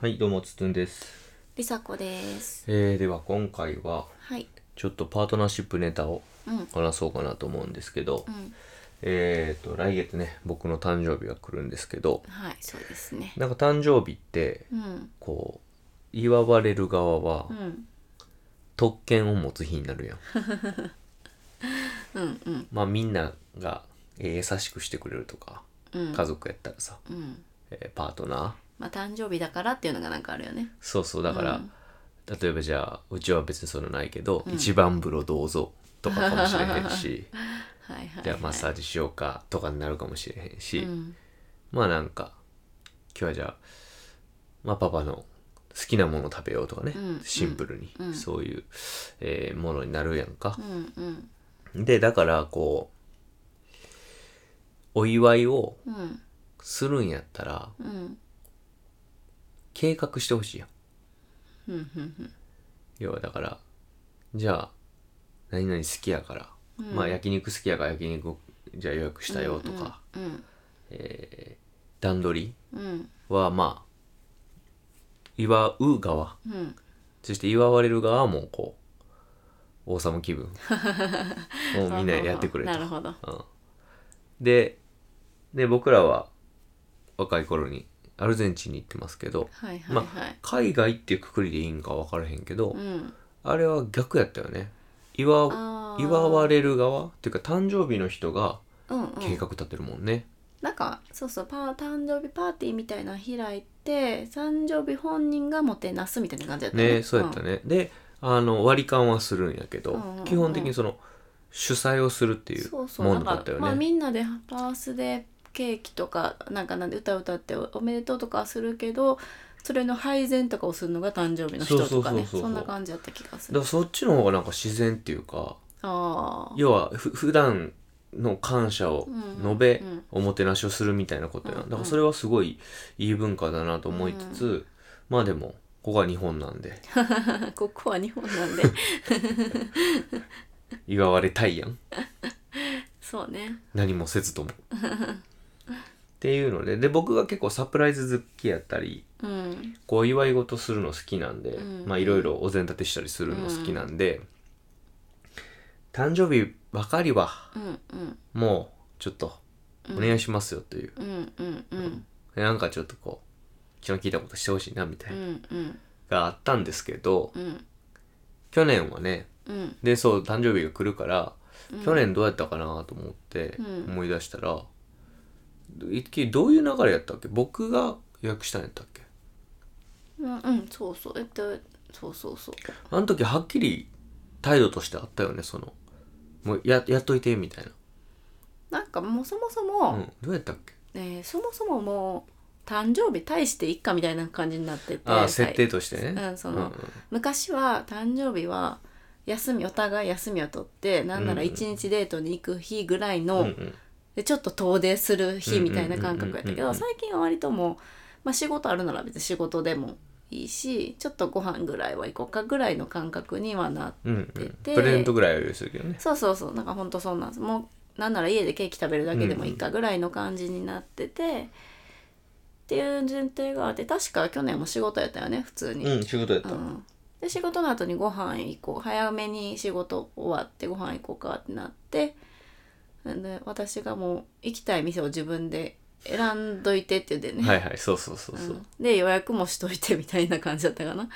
はい、どうも、つつんです。りさこです。えー、では今回は、はい。ちょっとパートナーシップネタをうん。話そうかなと思うんですけど、うん。えーと、来月ね、僕の誕生日が来るんですけど、はい、そうですね。なんか誕生日って、うん。こう、祝われる側はうん。特権を持つ日になるや ん。うん。うん。まあみんなが、えー優しくしてくれるとか、うん。家族やったらさ、うん。えーパートナーまあ、誕生日だからっていうのがなんかあるよね。そうそう、だから、うん例えばじゃあ、うちは別にそのないけど、一番風呂どうぞとかかもし れへんし、はいはい、はい。じゃあマッサージしようかとかになるかもしれへんし、うん。まあなんか今日はじゃあ、まあ、パパの好きなもの食べようとかね、うんシンプルに、うんそういう、えーものになるやんかう、ん。うん。でだからこうお祝いをうん。するんやったらうん。計画してほしいやんうん。うん。要はだからじゃあ何々好きやから、まあ焼肉好きやから焼肉じゃあ予約したよとか、うん。段取りうん。はまあ祝う側うん。そして祝われる側もこう王様気分 をみんなやってくれなるとほど。でで僕らは若い頃にアルゼンチンに行ってますけど、はいはいまはあい。海外っていうくくりでいいんか分からへんけど、うん。あれは逆やったよね祝あー祝われる側っていうか誕生日の人がうん、う計ん。画立てるもんね、なんか、そうそう、パー、誕生日パーティーみたいなの開いて、誕生日本人がもてなすみたいな感じだったねそうやったね、であの割り勘はするんやけど、うんうんうん基本的にその主催をするっていうそうそうもなんんだかったよまあねみんなでバースデーケーキとかなんかなんで歌歌っておめでとうとかはするけどそれの配膳とかをするのが誕生日の人とかねそうそうそうそうそうそんな感じだった気がすだかるらそっちの方がなんか自然っていうかああ要はふ普段の感謝を述べ、うんうんおもてなしをするみたいなことやんうんうんだからそれはすごいいい文化だなと思いつつ、まあでもここは日本なんでここは日本なんで祝われたいやんそうね何もせずともっていうのでで僕が結構サプライズ好きやったりうんこう祝い事するの好きなんで、んまあいろいろお膳立てしたりするの好きなんで、誕生日ばかりはうんうんもうちょっとお願いしますよという、うんうんうんなんかちょっとこう気の利いたことしてほしいなみたいうな、んうんがあったんですけどうん去年はねうんでそう誕生日が来るから、去年どうやったかなと思ってうん思い出したら、一気にどういう流れやったっけ僕が予約したんやったっけうんうんそうそうえっとそうそうそうあの時はっきり態度としてあったよねそのもうややっといてみたいなんかもうそもそな、うも、ん、どうやったっけえーそもそももう誕生日大していっかみたいな感じになっててあはあい設定としてね、うんその昔は誕生日は休みお互い休みを取ってなんなら一日デートに行く日ぐらいの、うんうんうんでちょっと遠出する日みたいな感覚やったうけんうんうんうんうどん最近は割ともう、まあ、仕事あるなら別に仕事でもいいしちょっとご飯ぐらいは行こうかぐらいの感覚にはなうんうんてプレゼントぐらいは用意するけどねそうそうそうなんかほんとそんなんですもうなんなら家でケーキ食べるだけでもいいかぐらいの感じになってて、っていう前提があって確か去年も仕事やったよね普通に。うん仕事やった、うん、で仕事の後にご飯行こう早めに仕事終わってご飯行こうかってなってで私がもう行きたい店を自分で選んどいてって言ってね、はいはいそうそうそうそう、うんで予約もしといてみたいな感じだったかな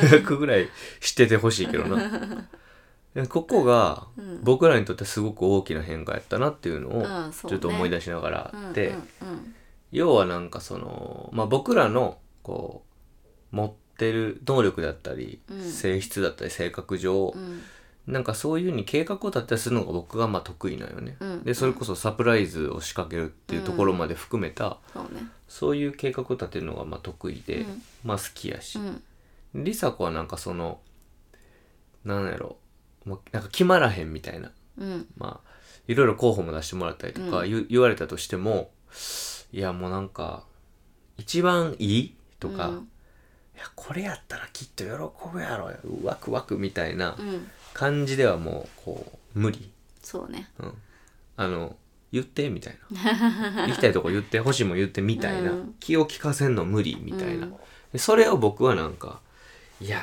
100ぐらいしててほしいけどな でここが僕らにとってすごく大きな変化やったなっていうのをああそうちょねっと思い出しながらあって、うんうん要はなんかその、まあ、僕らのこう持ってる能力だったり、うん性質だったり性格上、うんなんかそういうふうに計画を立てたりするのが僕がまあ得意なんよね、うんでそれこそサプライズを仕掛けるっていうところまで含めた、そうねそういう計画を立てるのがまあ得意で、うんまあ好きやしう、んリサ子はなんかそのなんやろもうなんか決まらへんみたいなうんまあいろいろ候補も出してもらったりとか、う言言われたとしてもいやもうなんか一番いいとか、うんいやこれやったらきっと喜ぶやろワクワクみたいなうん感じではもうこう無理、そうねうん、あの言ってみたい な行きたいとこ言って欲しいもん言ってみたいな、うん気を利かせんの無理みたいな、うんでそれを僕はなんかいや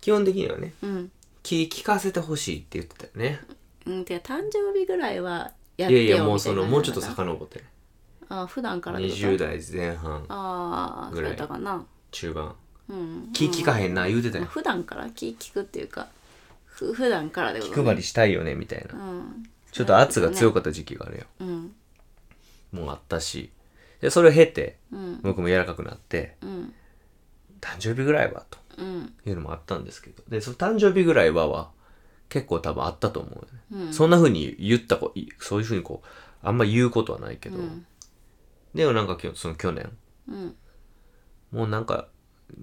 基本的にはねうん、気利かせてほしいって言ってたよねうん、てか誕生日ぐらいはやっいてやよいやもうそのみたいなもうちょっと遡ってねあ普段からってこと20代前半ああそぐうらいやったかな中盤うん気利かへんな言うてたまあよ、普段から気聞くっていうかふ普段からでご気ざい配りしたいよねみたいな、うんちょっと圧が強かかった時期があるようんもうあったしでそれを経てうん僕も柔らかくなってうん誕生日ぐらいはとうんいうのもあったんですけどでその誕生日ぐらいはは結構多分あったと思うよね、うんそんな風に言ったこいそういう風にこうあんま言うことはないけど、うんでもなんかきょその去年うんもうなんか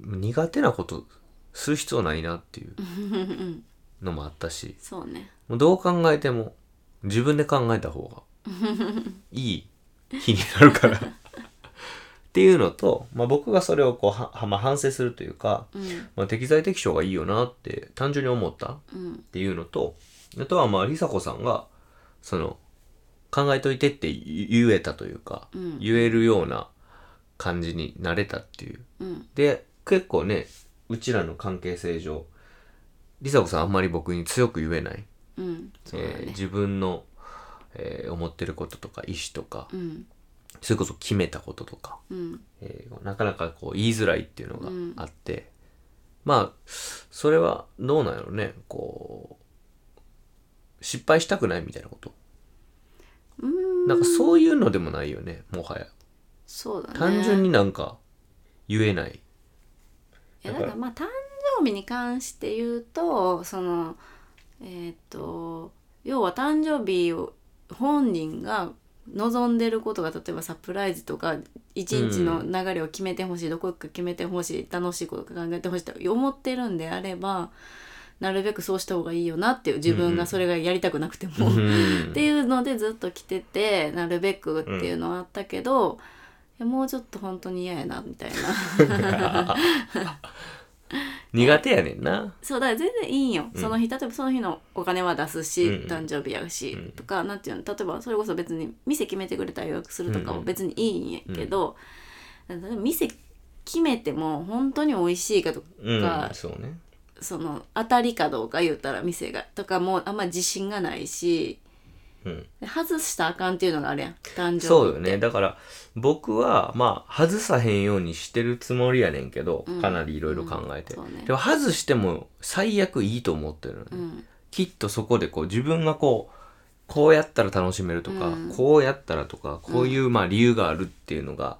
苦手なことする必要ないなっていううんのもあったしそうねもうどう考えても自分で考えた方がいい日になるからっていうのと、まあ、僕がそれをこうは、はまあ、反省するというか、うんまあ、適材適所がいいよなって単純に思ったっうんていうのとあとはまあ梨紗子さんがその考えといてって言えたというか、うん言えるような感じになれたっていううんで結構ねうちらの関係性上梨紗子さんあんまり僕に強く言えないうんそうだえーね自分の、えー思ってることとか意思とかうんそれこそ決めたこととか、うんえーなかなかこう言いづらいっていうのうんがあって、まあそれはどうなんやろねこう失敗したくないみたいなことうーんなんかそういうのでもないよねもはやそうだね単純になんか言えない、いだやだかかららまあ誕生日に関して言うとそのえーっ、と要は誕生日を本人が望んでることが例えばサプライズとか一日の流れを決めてほしい、どこ行くか決めてほしい楽しいこと考えてほしいと思ってるんであればなるべくそうした方がいいよなっていう自分がそれがやりたくなくても、うんっていうのでずっと来ててなるべくっていうのはあったけど、いやもうちょっと本当に嫌やなみたいな。 苦手やねんなそうだから全然いいんよ、うんその日例えばその日のお金は出すし、うんうん誕生日やし、うんとかなんていうの例えばそれこそ別に店決めてくれたら予約するとかうんうもん別にいいんやけど、例えば店決めても本当に美味しいかとか、うんそうねその当たりかどうか言ったら店がとかもうあんま自信がないしうん外したらあかんっていうのがあるやん誕生日そうよねだから僕はまあ外さへんようにしてるつもりやねんけど、うんかなりいろいろ考えて、うんそうねでも外しても最悪いいと思ってるのね、うんきっとそこでこう自分がこうこうやったら楽しめるとか、うんこうやったらとかこういうまあ理由があるっていうのが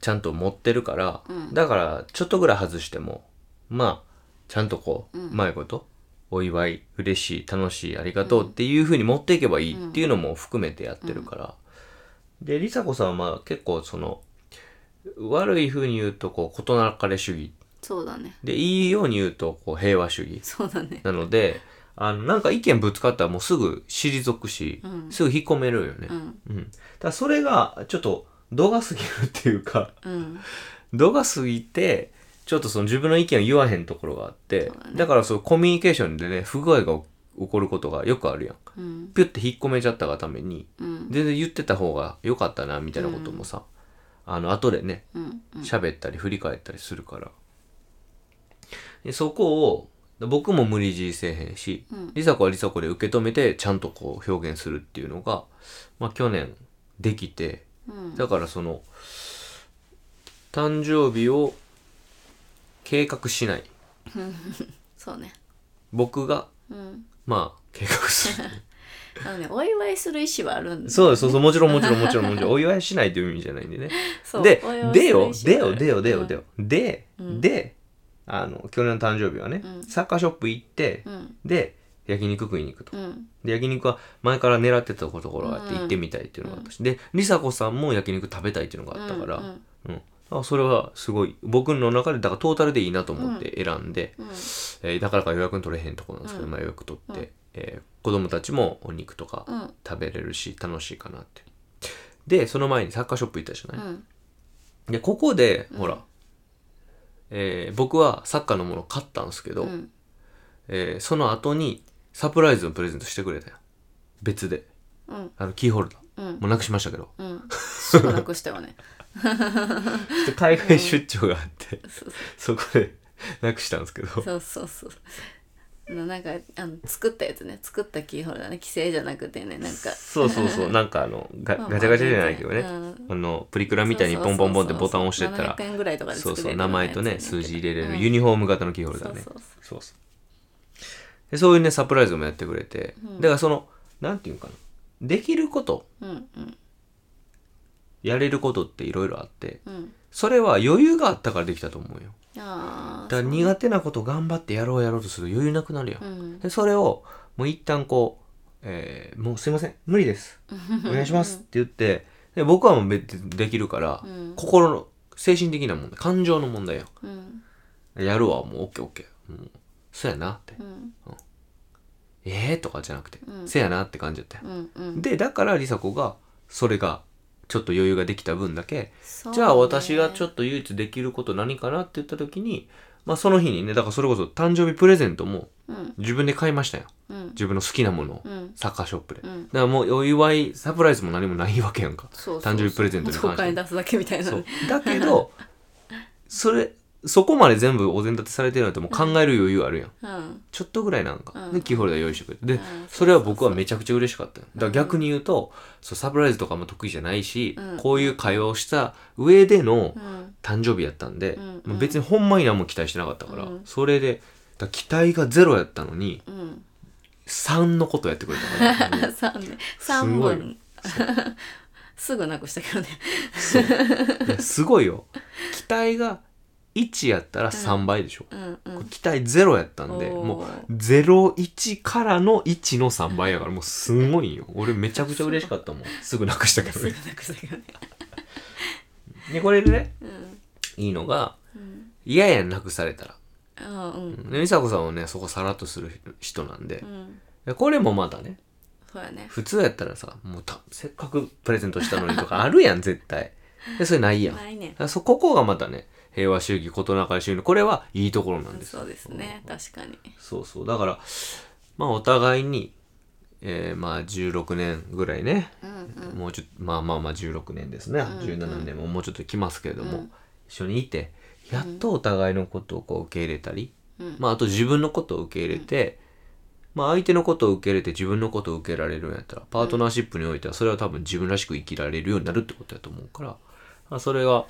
ちゃんと持ってるから、うんだからちょっとぐらい外してもまあちゃんとこう、ううんまいことお祝い嬉しい楽しいありがとうっていうふうに持っていけばいいっていうのも含めてやってるから、で梨紗子さんはまあ結構その悪いふうに言うとこう事なかれ主義そうだねでいいように言うとこう平和主義そうだねなので、あの、なんか意見ぶつかったらもうすぐ退くし、うんすぐ引っ込めるよねう。んうん。ただからそれが、ちょっと、度が過ぎるっていうか、 うん度が過ぎて、ちょっとその自分の意見を言わへんところがあって、そうだだねからそうコミュニケーションでね、不具合が起こることがよくあるやん。うんピュって引っ込めちゃったがために、うん全然言ってた方が良かったな、みたいなこともさ、あの、後でね、うん喋ったり振り返ったりするから、でそこを僕も無理強いせえへんし、うん梨紗子は梨紗子で受け止めてちゃんとこう表現するっていうのが、まあ、去年できてうんだからその誕生日を計画しないそうね僕がうんまあ計画するあのね、お祝いする意思はあるんだそうそうそうもちろんもちろんもちろんもちろんお祝いしないという意味じゃないんでねそうでお祝、いでよ、するで意思はあよ、るでよ、でよ、でうんよ。で、うんで、あの、去年の誕生日はね、うんサッカーショップ行って、うんで、焼肉食いに行くと。うんで、焼肉は前から狙ってたところがあってうん行ってみたいっていうのがあったし、で、梨紗子さんも焼肉食べたいっていうのがあったから、ううんん。あそれはすごい、僕の中で、だからトータルでいいなと思って選んで、うんえーだからか予約に取れへんとこなんですけど、うんまあ予約取って、うんえー子供たちもお肉とかうん食べれるし、楽しいかなって。で、その前にサッカーショップ行ったじゃない、うんでここで、うんほら、えー僕はサッカーのもの買ったんですけど、うんえーその後にサプライズのプレゼントしてくれたよ別でうんあのキーホルダーうんもうなくしましたけどうんすぐなくしたよねちょっと海外出張があって、そうそこで なくしたんですけどそうそうそうななんかあの作ったやつね作ったキーホルダーね規制じゃなくてねなんかそうそうそうなんかあのがまあまガあチャガチャじゃないけどね、うんあのプリクラみたいにポンポンポンってボタンを押してったら700円ぐらいとかでそう作れそるう名よな前やつとね数字入れれる、うんユニフォーム型のキーホルダーねそうそうそうそうでそういうねサプライズもやってくれて、だからそのなんていうかなできることうんうんやれることっていろいろあってうんそれは余裕があったからできたと思うよああだから苦手なこと頑張ってやろうやろうとすると余裕なくなるやん、うんでそれをもう一旦こう、えーもうすいません無理 ですお願いしますって言ってで僕はもう別にできるから、うん心の精神的な問題感情の問題やうんんやるわもうオッケーオッケーもうそうやなって、うんええとかじゃなくて、うんせやなって感じだったよ、うんうんでだから梨紗子がそれがちょっと余裕ができた分だけそうねじゃあ私がちょっと唯一できること何かなって言った時にまあその日にねだからそれこそ誕生日プレゼントもうん自分で買いましたようん自分の好きなものを、うんサッカーショップで、うんだからもうお祝いサプライズも何もないわけやんかそう誕生日プレゼントにに関してお金出すだけみたいなそねうだけどそれそこまで全部お膳立てされてるのってもう考える余裕あるやんうんちょっとぐらいなんか、うんでキーホルダー用意してくれてで、うんそれは僕はめちゃくちゃ嬉しかったよだから逆に言うと、そうサプライズとかも得意じゃないし、うんこういう会話をした上でのうん誕生日やったんで、うんまあ別にほんまに何も期待してなかったから、うんそれでだから期待がゼロやったのにうん3のことやってくれたから もう三ねす三ごい本すぐなくしたけどねいやすごいよ期待が1やったら3倍でしょ、うんうこれん期待ゼロやったんでおーもう01からの1の3倍やからもうすごいよ俺めちゃくちゃ嬉しかったもんすぐなくしたけど すぐねなくしたけどねでこれでねうんいいのがうん嫌やんなくされたらあーうんで美佐子さんはねそこさらっとする人なんでうんでこれもまたねそうやね普通やったらさもうたせっかくプレゼントしたのにとかあ るやん絶対でそれないやんだかないねらそここがまたね平和主義事なかれ主義のこれはいいところなんですそうですね確かにそうそう。だから、まあお互いに、えーまあ16年ぐらいね、うんうんもうちょっと、まあまあまあ16年ですね。17年ももうちょっと来ますけれども、うん一緒にいて、やっとお互いのことをこう受け入れたり、うんまああと自分のことを受け入れて、まあ相手のことを受け入れて自分のことを受けられるんやったら、パートナーシップにおいてはそれは多分自分らしく生きられるようになるってことだと思うから、まあそれが、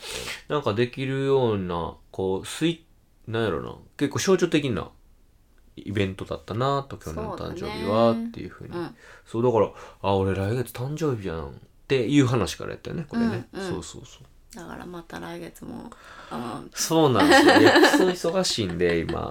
なんかできるような、こう、スイなんやろな、結構象徴的なイベントだったなと去年の誕生日はそうだねっていうふうにうんそうだからあ俺来月誕生日じゃんっていう話からやったよねこれね、うんうんそうそうそうだからまた来月もあそうなんですよいやク ソ忙しいんで今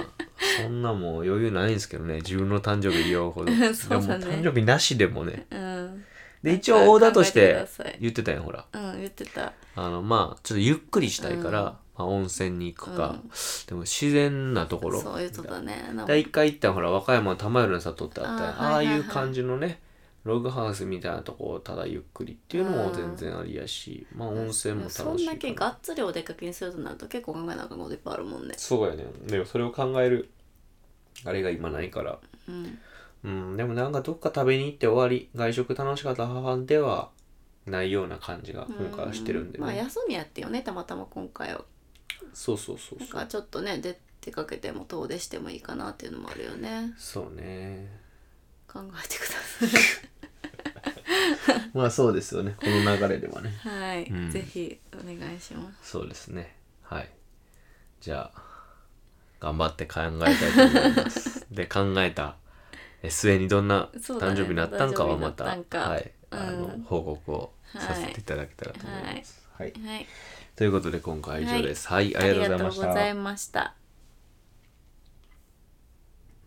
そんなもう余裕ないんですけどね自分の誕生日言うほど そうだねでも誕生日なしでもねーうんで一応オーダーとし考えててください言ってたよほらうん言ってたあのまあちょっとゆっくりしたいから、まあ、温泉に行くか、うんでも自然なところそう言うとだねなんか第一回行ったのほら和歌山の玉寄の里ってあったやんあーああはいはいいはいう感じのねログハウスみたいなとこをただゆっくりっていうのも全然ありやしまあ温泉も楽しいそんだけからがっつりお出かけにするとなると結構考えなあかんこといっぱいあるもんねそうやねでもそれを考えるあれが今ないからうんうんでもなんかどっか食べに行って終わり外食楽しかった母ではないような感じが今回はしてるんでうまあね休みやってよねたまたま今回はそうそうそうなんそうかちょっとね出出かけても遠出してもいいかなっていうのもあるよ ねそうね考えてくださいまあそうですよねこの流れではねはい、うんぜひお願いしますそうですね。はい。じゃあ、頑張って考えたいと思い ます。で、考えた末にどんなそうだね誕生日になったんかはまた、誕生日になったんかはい、うんあの、報告をさせていただけたらと思います。はい。はいということで、今回は以上です。はい、ありがとうございました。ました